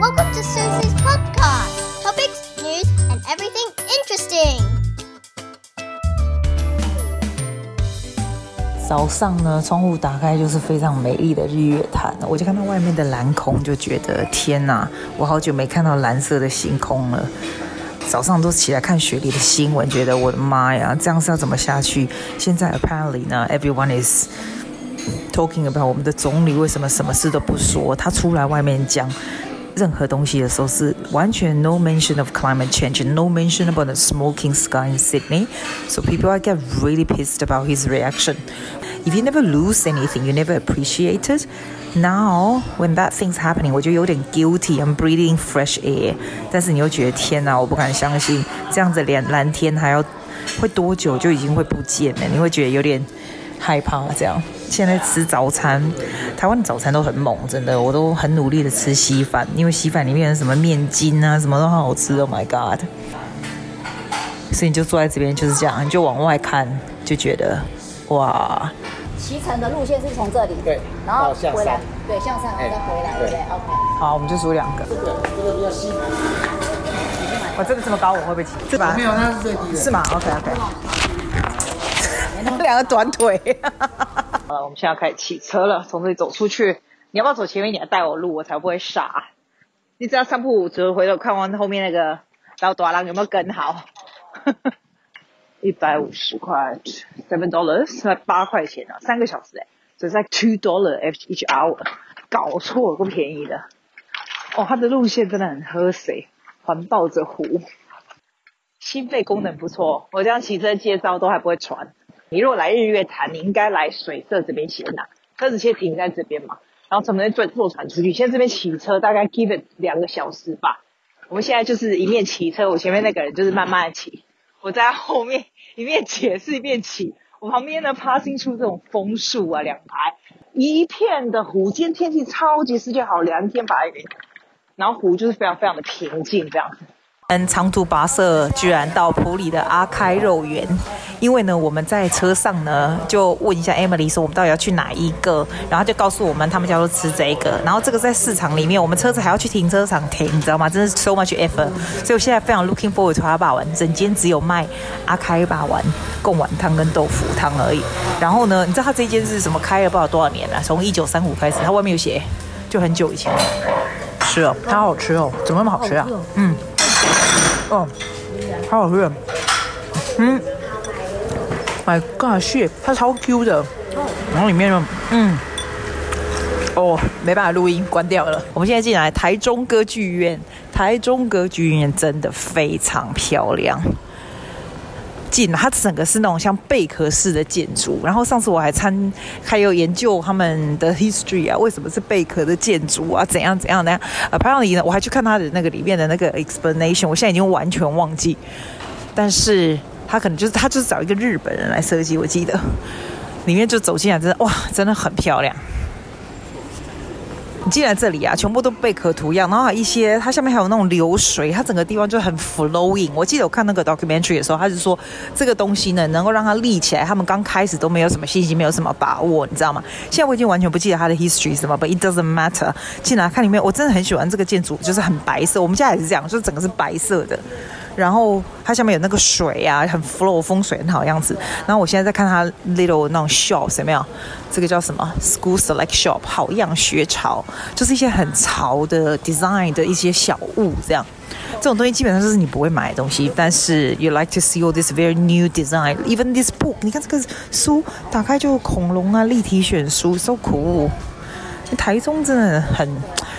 welcome to Susie's podcast. Topics, news, and everything interesting. 早上呢，窗户打开就是非常美丽的日月潭，我就看到外面的蓝空，就觉得天哪，我好久没看到蓝色的星空了。早上都起来看雪里的新闻，觉得我的妈呀，这样是要怎么下去？现在 apparently 呢，everyone is talking about 我们的总理为什么什么事都不说，他出来外面讲任何东西的时候是完全 no mention of climate change and no mention about the smoking sky in Sydney. So people I get really pissed about his reaction. If you never lose anything, you never appreciate it. Now, when that thing's happening，我就有点 guilty，I'm breathing fresh air。但是你又觉得天哪，我不敢相信，这样子连蓝天还要会多久就已经会不见了？你会觉得有点害怕这样。现在吃早餐，台湾的早餐都很猛，真的，我都很努力的吃稀饭，因为稀饭里面有什么面筋啊，什么都好好吃。Oh my god！所以你就坐在这边就是这样，你就往外看，就觉得哇，骑乘的路线是从这里，对然后到向回来上，对，向上然后再回来，哎对不对？OK，好，我们就煮两个。这个比较稀，我、这个这么高，我会不会起？是吧？没有，它是最低的。是吗？OK OK。两个短腿。 好了，我们现在要开始骑车了，从这里走出去。你要不要走前面一点带我路，我才不会傻？你只要三步五折回头看完后面那个老大郎有没有跟好？ 一百五十块，seven dollars，才八块钱啊，三个小时哎、所以才 two dollar each hour，搞错，够便宜的。哦，它的路线真的很喝水，环抱着湖。心肺功能不错，我这样骑车介绍都还不会喘。你如果来日月潭，你应该来水社这边先呐、车子先停在这边嘛，然后从那边坐坐船出去。现在这边骑车大概 give it 两个小时吧。我们现在就是一面骑车，我前面那个人就是慢慢的骑，我在后面一面解释一面骑。我旁边呢 passing 出这种枫树啊，两排一片的湖。今天天气超级世界好凉，天白云，然后湖就是非常非常的平静这样子。嗯，长途跋涉居然到普里的阿开肉圆，因为呢我们在车上呢就问一下 Emily 说我们到底要去哪一个，然后她就告诉我们他们家都吃这个，然后这个在市场里面，我们车子还要去停车场停，你知道吗？真是 so much effort，所以我现在非常 looking forward to 阿爸丸，整间只有卖阿开霸丸、贡丸汤跟豆腐汤而已。然后呢，你知道他这间是什么开了不知道多少年了、从一九三五开始，它外面有写，就很久以前了。是哦，它好好吃哦，怎么那么好吃啊？嗯。哦，好好吃。啊嗯，My God，是它超 Q 的，然后里面呢，嗯。哦，没办法录音，关掉了。我们现在进来台中歌剧院，台中歌剧院真的非常漂亮。进了，它整个是那种像贝壳式的建筑。然后上次我还参还有研究他们的 history 啊，为什么是贝壳的建筑啊，怎样怎样怎样。Apparently 呢，我还去看它的那个里面的那个 explanation，我现在已经完全忘记。但是他可能就是他就是找一个日本人来设计，我记得里面就走进来，真的哇，真的很漂亮。你进来这里啊，全部都贝壳图样，然后还有一些它下面还有那种流水，它整个地方就很 flowing。我记得我看那个 documentary 的时候，他是说这个东西呢能够让它立起来，他们刚开始都没有什么信心，没有什么把握，你知道吗？现在我已经完全不记得它的 history 是什么，but it doesn't matter。进来看里面，我真的很喜欢这个建筑，就是很白色。我们家也是这样，就是整个是白色的。然后它下面有那个水啊，很 flow 风水很好样子。然后我现在在看它 little 那种 shop 有没有？这个叫什么 school select shop 好样学潮，就是一些很潮的 design 的一些小物这样。这种东西基本上就是你不会买的东西，但是 you like to see all this very new design, even this book。你看这个书打开就有恐龙啊，立体选书，so cool。台中真的很，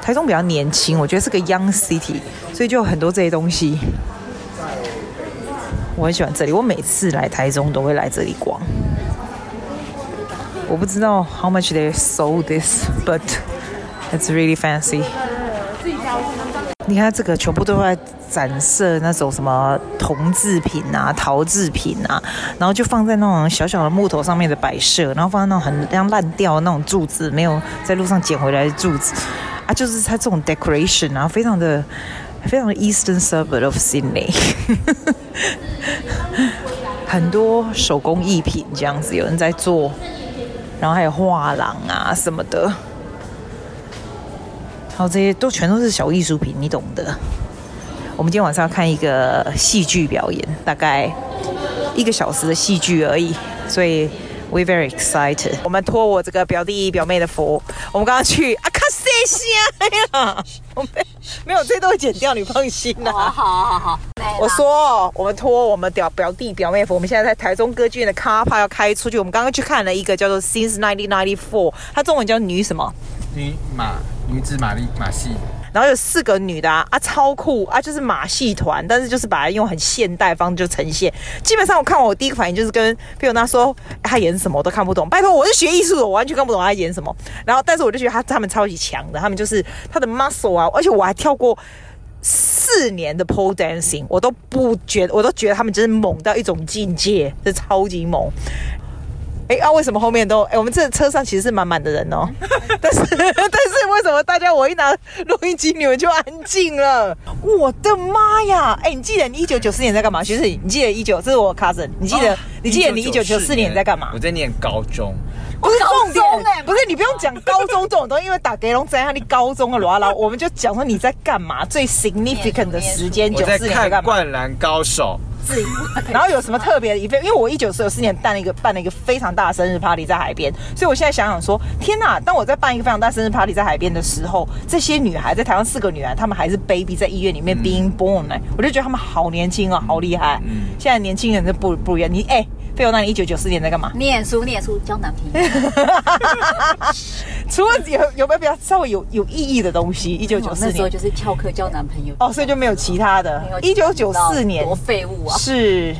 台中比较年轻，我觉得是个 young city，所以就有很多这些东西。我很喜欢这里，我每次来台中都会来这里逛。我不知道 how much they sold this, but it's really fancy. 你看这个全部都在展示那种什么铜制品啊、陶制品啊，然后就放在那种小小的木头上面的摆设，然后放在那种很像烂掉的那种柱子，没有在路上捡回来的柱子啊，就是它这种 decoration 啊，非常的非常的 eastern suburb of Sydney，很多手工艺品这样子，有人在做，然后还有画廊啊什么的。然后这些都全都是小艺术品，你懂的。我们今天晚上要看一个戏剧表演，大概一个小时的戏剧而已，所以 we very excited。我们托我这个表弟表妹的福，我们刚刚去啊，卡西西呀，我们没有，这都会剪掉，你放心啊啦、好好好好，我说哦，我们托我们表表弟表妹夫，我们现在在台中歌剧院的卡帕要开出去。我们刚刚去看了一个叫做《Since 1994》，它中文叫女什么？女马女子玛丽马戏，然后有四个女的啊，啊超酷啊，就是马戏团，但是就是把它用很现代方就呈现。基本上我看完我第一个反应就是跟菲欧娜说，哎她演什么我都看不懂。拜托，我是学艺术的，我完全看不懂她演什么。然后，但是我就觉得她他们超级强的，他们就是她的 muscle 啊，而且我还跳过。四年的 pole dancing，我都不觉我都觉得他们真是猛到一种境界，这超级猛。哎啊，为什么后面都哎？我们这车上其实是满满的人 哦，但是但是为什么大家我一拿录音机，你们就安静了？我的妈呀！哎，你记得你一九九四年在干嘛？学姐，你记得一九？这是我 cousin，你记得、啊你记得你一九九四年在干嘛我？在念高中，不是重点高中欸，不是你不用讲高中这种东西，因为打给龙怎样，你高中的罗拉，我们就讲说你在干嘛，最 significant 的时间我九在四年在看干《嘛？灌篮高手然后有什么特别的 event？因为我一九九四年办了一个办了一个非常大的生日 party 在海边，所以我现在想想说，天哪！当我在办一个非常大生日 party 在海边的时候，这些女孩在台湾四个女孩，她们还是 baby 在医院里面 being born 呢、我就觉得她们好年轻哦，好厉害！嗯现在年轻人都不不一样。你哎，费欧娜，你一九九四年在干嘛？念书念书交男朋友，除了有有没有比较稍微有有意义的东西？ 一九九我四那时候年就是翘课交男朋友。哦，所以就没有其他的没有。一九九四年多废物啊！是。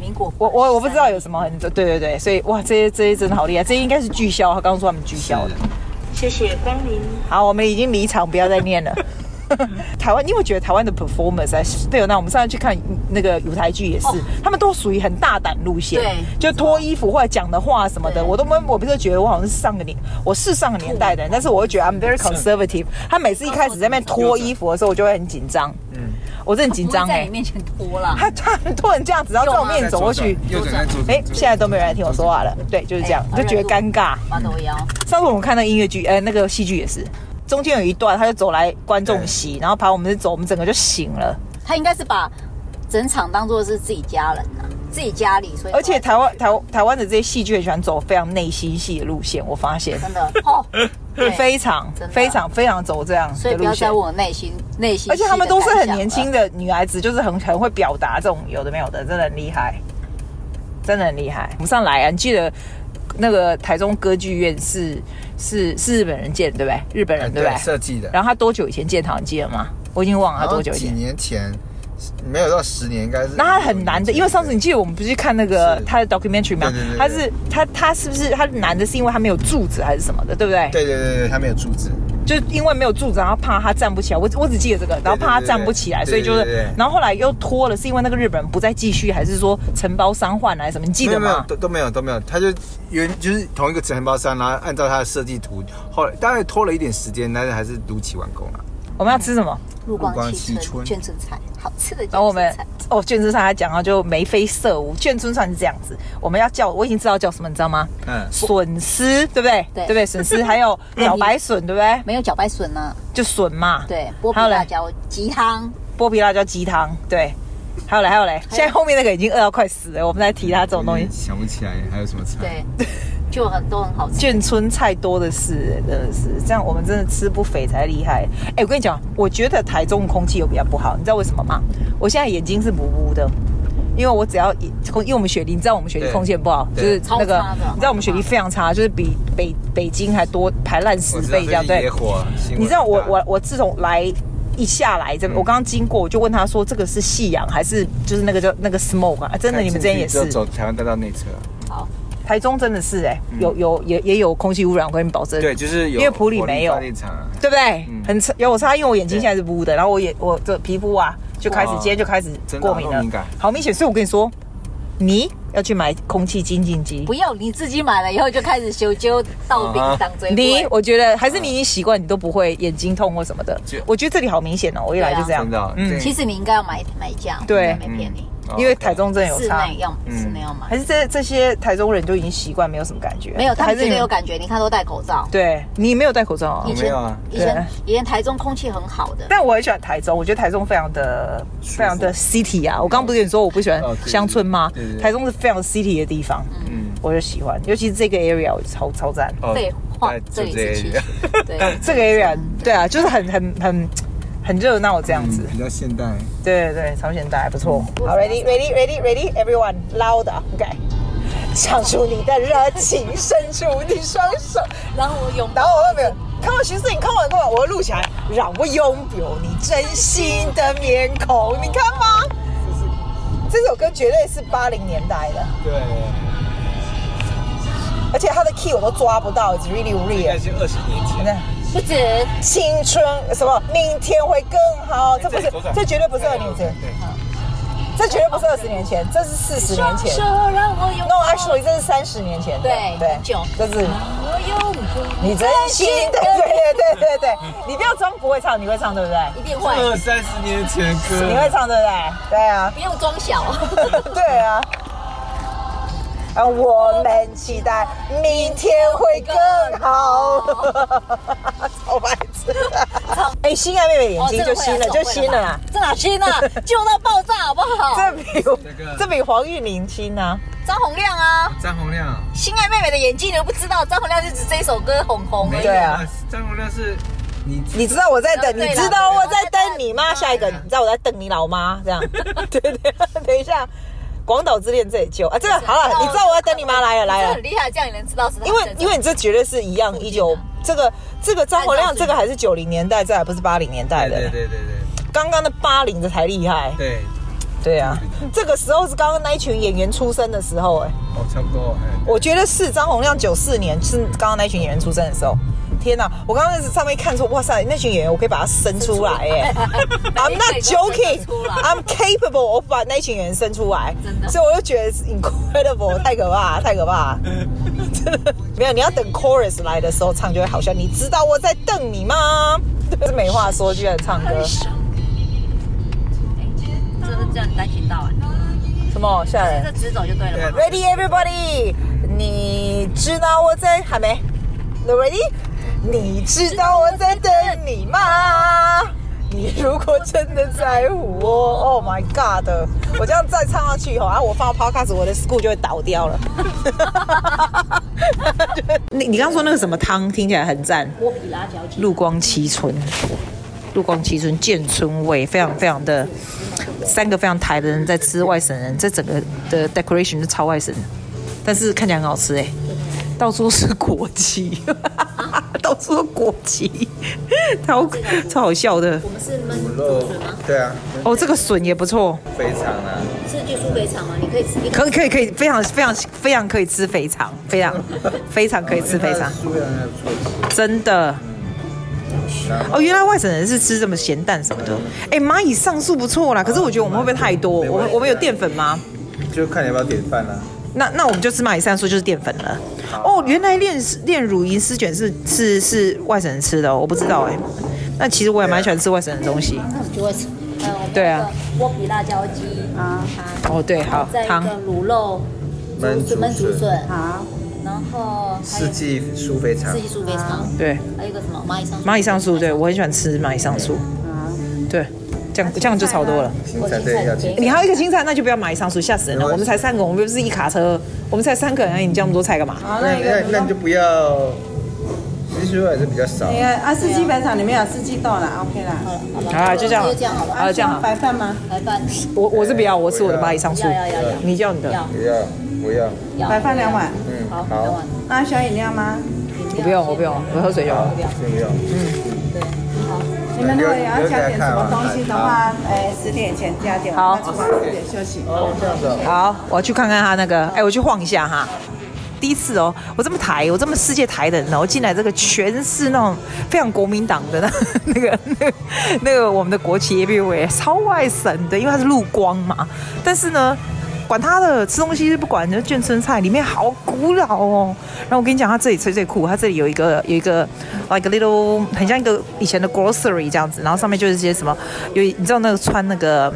民国我我我不知道有什么很对对对，所以哇，这些这些真的好厉害，这些应该是巨销，他刚刚说他们巨》销的是。。好，我们已经离场，不要再念 了。台湾，你有没有觉得台湾的 performance 啊？对哦，那我们上次去看那个舞台剧也是，哦他们都属于很大胆路线，对就脱衣服或者讲的话什么的，对我都我我不是觉得我好像是上个年，我是上个年代的人，但是我会觉得 I'm very conservative。他每次一开始在那边脱衣服的时候，我就会很紧张，嗯，我真的很紧张不会在哎你。面前脱啦。他他很多人这样子，然后在我面前走过去，右转在左转哎，现在都没有人来听我说话了，对，就是这样，哎就觉得尴尬。马头腰，上次我们看那个音乐剧，哎、那个戏剧也是，中间有一段他就走来观众席，然后爬我们走，我们整个就醒了。他应该是把整场当做是自己家人啊，自己家里，所以而且台湾台台湾的这些戏剧很喜欢走非常内心戏的路线，我发现真 的哦，对非常真的非常非常走这样所以的不路要再线问。我内心内心，而且他们都是很啊年轻。的女孩子，就是很很会表达这种有的没有的，真的很厉害，真的很厉害。我们上来啊，你记得那个台中歌剧院是是是日本人建的对不对？日本哎人对不对？哎设计的。然后他多久以前建堂，你记得吗？我已经忘了他多久以几前。年前，没有到十年，应该是。那他很难的，因为上次你记得我们不是去看那个是他的 documentary 吗对对对对？他是他他是不是他难的是因为他没有柱子还是什么的，对不对？对对对对，他没有柱子，就是因为没有柱子，然后怕他站不起来。我我只记得这个，然后怕他站不起来，所以对对就对对是对对，然后后来又拖了，是因为那个日本人不再继续，还是说承包商换来什么？你记得没有没有吗？都都没有都没有，他就原就是同一个承包商，然后按照他的设计图，后来当然拖了一点时间，但是还是如期完工了。我们要吃什么？陆光光汽汽春春卷春菜，好吃的卷然后我们春菜。哦，卷村上还讲到就眉飞色舞，卷村上是这样子，我们要叫我已经知道叫什么，你知道吗？嗯，笋丝对不对？对对不对？笋丝还有小白笋对不对？没有茭白笋啊呢，就笋嘛，对，剥皮还有嘞辣椒鸡汤，剥皮辣椒鸡汤，对。还有嘞，还有嘞，现在后面那个已经饿到快死了，我们在提他这种东西有点。哎想不起来还有什么菜。对，就很多很好吃。眷村菜多的是，真的是这样，我们真的吃不肥才厉害。哎、我跟你讲，我觉得台中的空气又比较不好，你知道为什么吗？我现在眼睛是模糊的，因为我只要空，因为我们雪梨，你知道我们雪梨对空气很不好，就对是那超个差的，你知道我们雪梨非常差，就是比北北京还多排烂十我知道倍这样。最对近野，火，新闻你知道我很大我我自从来一下来这边，嗯我刚刚经过，我就问他说这个是夕阳还是就是那个叫那个 smoke 啊？真的，开你们之进前去也之后是。走台湾大道内侧，好，台中真的是哎、有有也也有空气污染，我跟你保证。对，就是有呃因为普里没有火力发电厂啊，对不对？嗯很差，有我差，因为我眼睛现在是乌的，然后我也我的皮肤啊就开始哇今天就开始真的过敏好了敏感，好明显。所以我跟你说，你要去买空气清净机不。要你自己买了以后就开始修修倒冰啊当追你鬼。我觉得还是你已经习惯，你都不会眼睛痛或什么的就。我觉得这里好明显哦，我一来就这样真的哦。嗯这其实你应该要买买一架，对我应该没骗你。嗯哦因为台中真的有室差内，要室内要买，还是这这些台中人就已经习惯，没有什么感觉。没有他还们是绝你对有感觉。你看都戴口罩，对你没有戴口罩啊以你？前没有啊以对前以前台中空气很好的，但我很喜欢台中，我觉得台中非常的舒服非常的 city 啊。我刚不是跟你说我不喜欢哦对乡村吗对对？对台中是非常 city 的地方，嗯，我就喜欢，尤其是这个 area 我超超赞。哦废话对，这里就这是七样十， 对，这个 area 对啊，就是很很很很热闹这样子嗯，。 比较现代。对对对，朝鲜带还不错。好，ready ready ready ready everyone loud OK，唱出你的热情，伸出你双手，然后我拥然后我会没有。看我徐志颖，看我，看我，我会录起来，让我拥有你真心的面孔，你看吗？这首歌绝对是八零年代的，对，而且它的 key 我都抓不到，it's really 应该 real。是二十年前。那不止青春什么？明天会更好，这不是，这绝对不是二十年哎前，这绝对不是二十年前，这是四十年双前手。让我拥 No, actually，这是三十年前的。对对很久，这是我拥你真心的，对对对对对，你不要装不会唱，你会唱对不对？有，一定会，二三十年前的嗯歌，你会唱对不对？对啊，不用装小，对啊。啊，我们期待明天会更好。超白痴！哎，新爱妹妹眼哦睛就新了，就新了啦。，这个会啊这个会吧这哪 新啊？旧到爆炸好不好？这比这比黄玉玲新啊！张洪亮啊，张洪亮，心爱妹妹的眼睛你都不知道，张洪亮就只这一首歌红红而没已有对啊啊，张洪亮是你你知道我在等，对你啦知道我在等你吗？下一个，你知道我在等你老妈，这样。对对，等一下，《广岛之恋》这也就啊，这个好了，你知道我在等你妈来了来哦这了很，厉害，这样你能知道是他哦因为因为你这绝对是一样，一九这个这个张洪亮这个还是九零年代，这还不是八零年代对的。对对对对刚刚的八零的才厉害。对，对啊，这个时候是刚刚那一群演员出生的时候、哎，哦，差不多，哎我觉得是张洪亮九四年是刚刚那群演员出生的时候。天呐、我刚刚在上面看出，哇塞，那群演员我可以把他生出来 哎、I'm not joking. I'm capable of 把那群人生出来，真的所以我就觉得是 incredible，太可怕了，太可怕 了，真的没有。你要等 chorus 来的时候唱就会好笑。你知道我在瞪你吗？ 这没话说，居然唱歌。真的叫你担心到哎，什么吓人这直走就对了嘛。 ？Ready everybody，你知道我在还没？No ready？你知道我在等你吗？你如果真的在乎我，Oh my God！我这样再唱下去以后，啊，我放 Podcast，我的 school 就会倒掉了。 你你刚刚说那个什么汤听起来很赞，剥皮辣椒鸡，陆光七村，陆光七村建村味，非常非常的三个非常台的人在吃外省人，这整个的 decoration 就超外省的，但是看起来很好吃哎、到处都是国旗， 到处都国旗，超超好笑的我们是焖骨竹肉笋吗？，对啊，哦。这个笋也不错，非常啊，是去苏北厂吗？你可以吃，你可以可以可以，非常非常非常可以吃肥肠，非常非常可以吃肥肠，数量还不错真的。然后哦，原来外省人是吃什么咸蛋什么的。哎、蚂蚁上树不错啦，可是我觉得我们会不会太多？没我问们题我们有淀粉吗？就看你要不要点饭啦。那那我们就吃蚂蚁上树就是淀粉了。哦，原来炼炼乳银丝卷是是是外省人吃的、哦，我不知道哎、那其实我也蛮喜欢吃外省人的东西。啊就会吃。还有我们对啊那个剥皮辣椒鸡啊，哦，对，好再一汤个卤肉焖竹竹焖竹笋笋，好，然后还有四季啊酥肥肠四季酥肥肠，对还有一个什么蚂蚁上树蚂蚁上树，对我很喜欢吃蚂蚁上树。对，这啊样这样就超多了。青菜对要青你还有一个青菜，那就不要蚂蚁上树，吓死人了。我们才三个，我们又不是一卡车，我们才三个人哎而已，你叫那么多菜干嘛？那那那你就不要，其实还是比较少那。个啊，四季白肠里面有四季豆啦，OK 啦。啊好了，好吧，好啦就这样就这样好吧，好这样好白饭吗？来饭我我是不要，我吃我的蚂蚁上树啊要要要要。你叫你的。要不要不要，要白饭两碗嗯好，好两碗，那小饮料吗？我不用，我不用，我喝水就好好了。，不要。对，好，你们如果也要加点什么东西的话，哎，十点前加点，好那厨房十点休息。哦，这样子哦。好，我要去看看他那个，哎，我去晃一下哈。第一次哦，我这么台，我这么世界台的人哦，进来这个全是那种非常国民党的那 那个那个那个我们的国旗 everywhere，超外省的，因为它是陆光嘛。但是呢，管他的，吃东西不管，就卷春菜里面好古老哦。然后我跟你讲，他这里最最酷，他这里有一个有一个 like a little 很像一个以前的 grocery 这样子，然后上面就是一些什么，有你知道那个穿那个。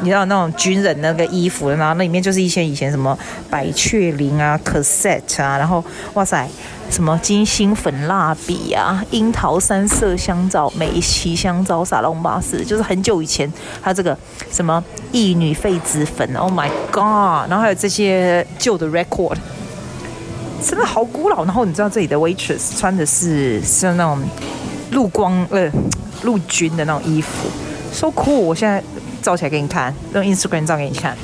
你知道那种军人那个衣服，然后那里面就是一些以前什么百雀羚啊、cassette 啊，然后哇塞，什么金星粉蜡笔啊、樱桃三色香皂、美琪香皂、撒隆巴斯，就是很久以前它这个什么义女痱子粉，Oh my god！然后还有这些旧的 record。真的好古老。然后你知道这里的 waitress 穿的是是那种陆光呃陆军的那种衣服，so cool！我现在照起来给你看，用 Instagram 照给你看。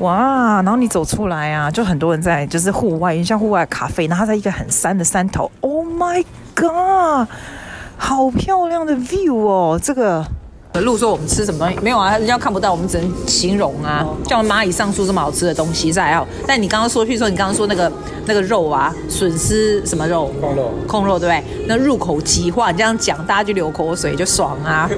哇，然后你走出来啊，就很多人在就是户外，像户外咖啡，然后它在一个很山的山头，Oh my god！好漂亮的 view 哦，这个。露说我们吃什么东西没有啊？人家看不到，我们只能形容啊，叫蚂蚁上树这么好吃的东西，这还好。但你刚刚说，譬如说你刚刚说那个那个肉啊，笋丝什么肉？控肉控肉对不对？那入口即化，你这样讲大家就流口水就爽 啊，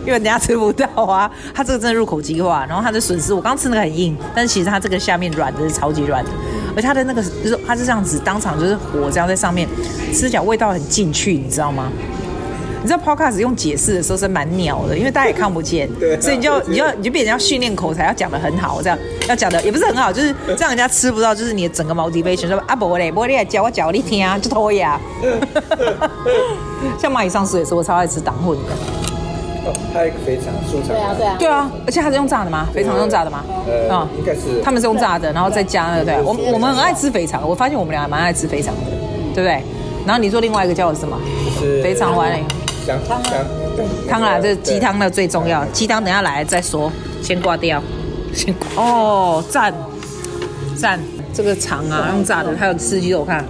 因为人家吃不到啊。它这个真的入口即化，然后它的笋丝我刚刚吃那个很硬，但其实它这个下面软的是超级软的，而且它的那个肉它是这样子当场就是火这样在上面吃起来味道很进去，你知道吗？你知道 podcast 用解释的时候是蛮鸟的，因为大家也看不见，对啊所以你就你就你就变成要训练口才，要讲的很好，这样要讲的也不是很好， 就是这样人家吃不到，就是你的整个 motivation 说啊不嘞，不嘞，教我教你听啊，就 偷呀。像蚂蚁上树也是，我超爱吃党混的。哦，它有一个肥肠、素肠，对啊，对啊，对啊，而且它是用炸的吗？肥肠用炸的吗？呃啊，应该是他们是用炸的，然后再加那个对啊，我我们很爱吃肥肠，我发现我们俩蛮爱吃肥肠的，对不对？然后你说另外一个叫我什么？是肥肠丸嘞。香汤啊香汤啦，这鸡 汤的最重要，鸡汤等一下来再说，先挂掉，先挂。哦，赞赞，这个肠啊，用炸的，还有吃鸡肉，我看。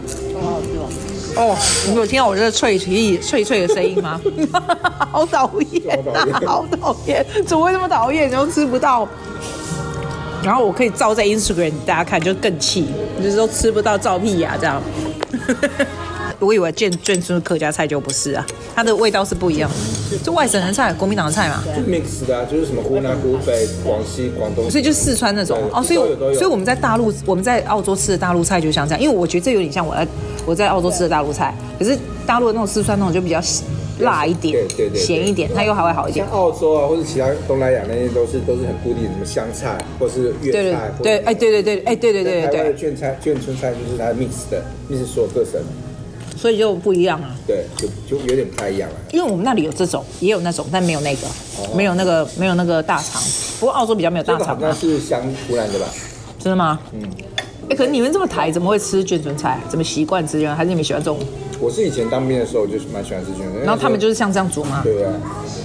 哦，你有听到我这个脆脆脆脆的声音吗？ 好讨厌啊！ 好讨厌，怎么会这么讨厌？你又吃不到。然后我可以照在 Instagram 大家看，就更气，就是说吃不到照屁呀、这 样。我以为眷眷村客家菜就不是啊，它的味道是不一样的，就外省人菜、国民党的菜嘛，就 mix 的啊，就是什么湖南、湖北、广西、广东，所以就四川那种对哦。所以我都有都有所以我们在大陆，我们在澳洲吃的大陆菜就像这样，因为我觉得这有点像我在我在澳洲吃的大陆菜，可是大陆的那种四川那种就比较辣一点对对对，对咸一点，它又还会好一点像。澳洲啊，或者其他东南亚那些都是都是很固定，什么湘菜或是对粤菜，对对，哎对对对，哎对对对台湾对的卷菜、卷村菜就是它 mix 的，mix 所有各省，对，所以就不一样啊。对，就就有点不太一样了。因为我们那里有这种，也有那种，但没有那个，没有那个，没有那个大肠。不过澳洲比较没有这大个肠哦好像啊，是湘湖南的吧？真的吗？嗯。哎，可是你们这么台，怎么会吃卷卷菜？怎么习惯吃卷卷？还是你们喜欢这种？我是以前当兵的时候就是蛮喜欢吃卷村，然后他们就是像这样煮吗？对啊，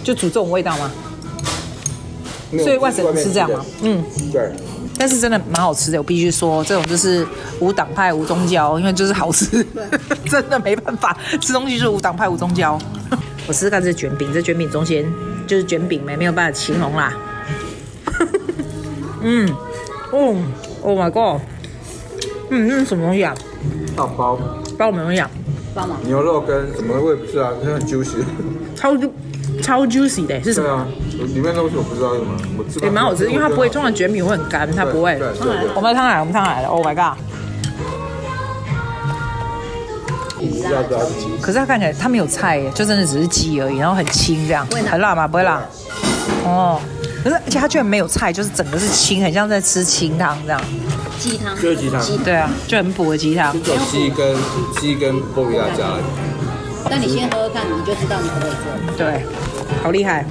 就煮这种味道吗？没有所以外省人吃这样吗？嗯，对，但是真的蛮好吃的，我必须说，这种就是无党派无宗教，因为就是好吃， 真的没办法，吃东西就是无党派无宗教。我试试看这卷饼，这卷饼中间就是卷饼没没有办法形容啦。 嗯，哦，Oh my god，嗯，那是什么东西啊？大包帮我们一下，牛肉跟什么我也不知道，真的很 juicy。超 ju- 超 juicy 的，是什对么？啊，里面东西我不知道是什么，我知道也蛮好吃，因为它不会，通常卷饼会很干，它不会。啊对啊对对我们的汤来了，我们的汤来了，Oh my god！不知道不知道是什么可是它看起来它没有菜耶，就真的只是鸡而已，然后很清这样，很辣吗？不会辣。哦，可是而且它居然没有菜，就是整个是清，很像在吃清汤这样。鸡汤就是鸡汤，对啊，就很补的鸡汤。就鸡跟鸡跟波比辣加，那你先喝喝看，你就知道你的味道。对，好厉害。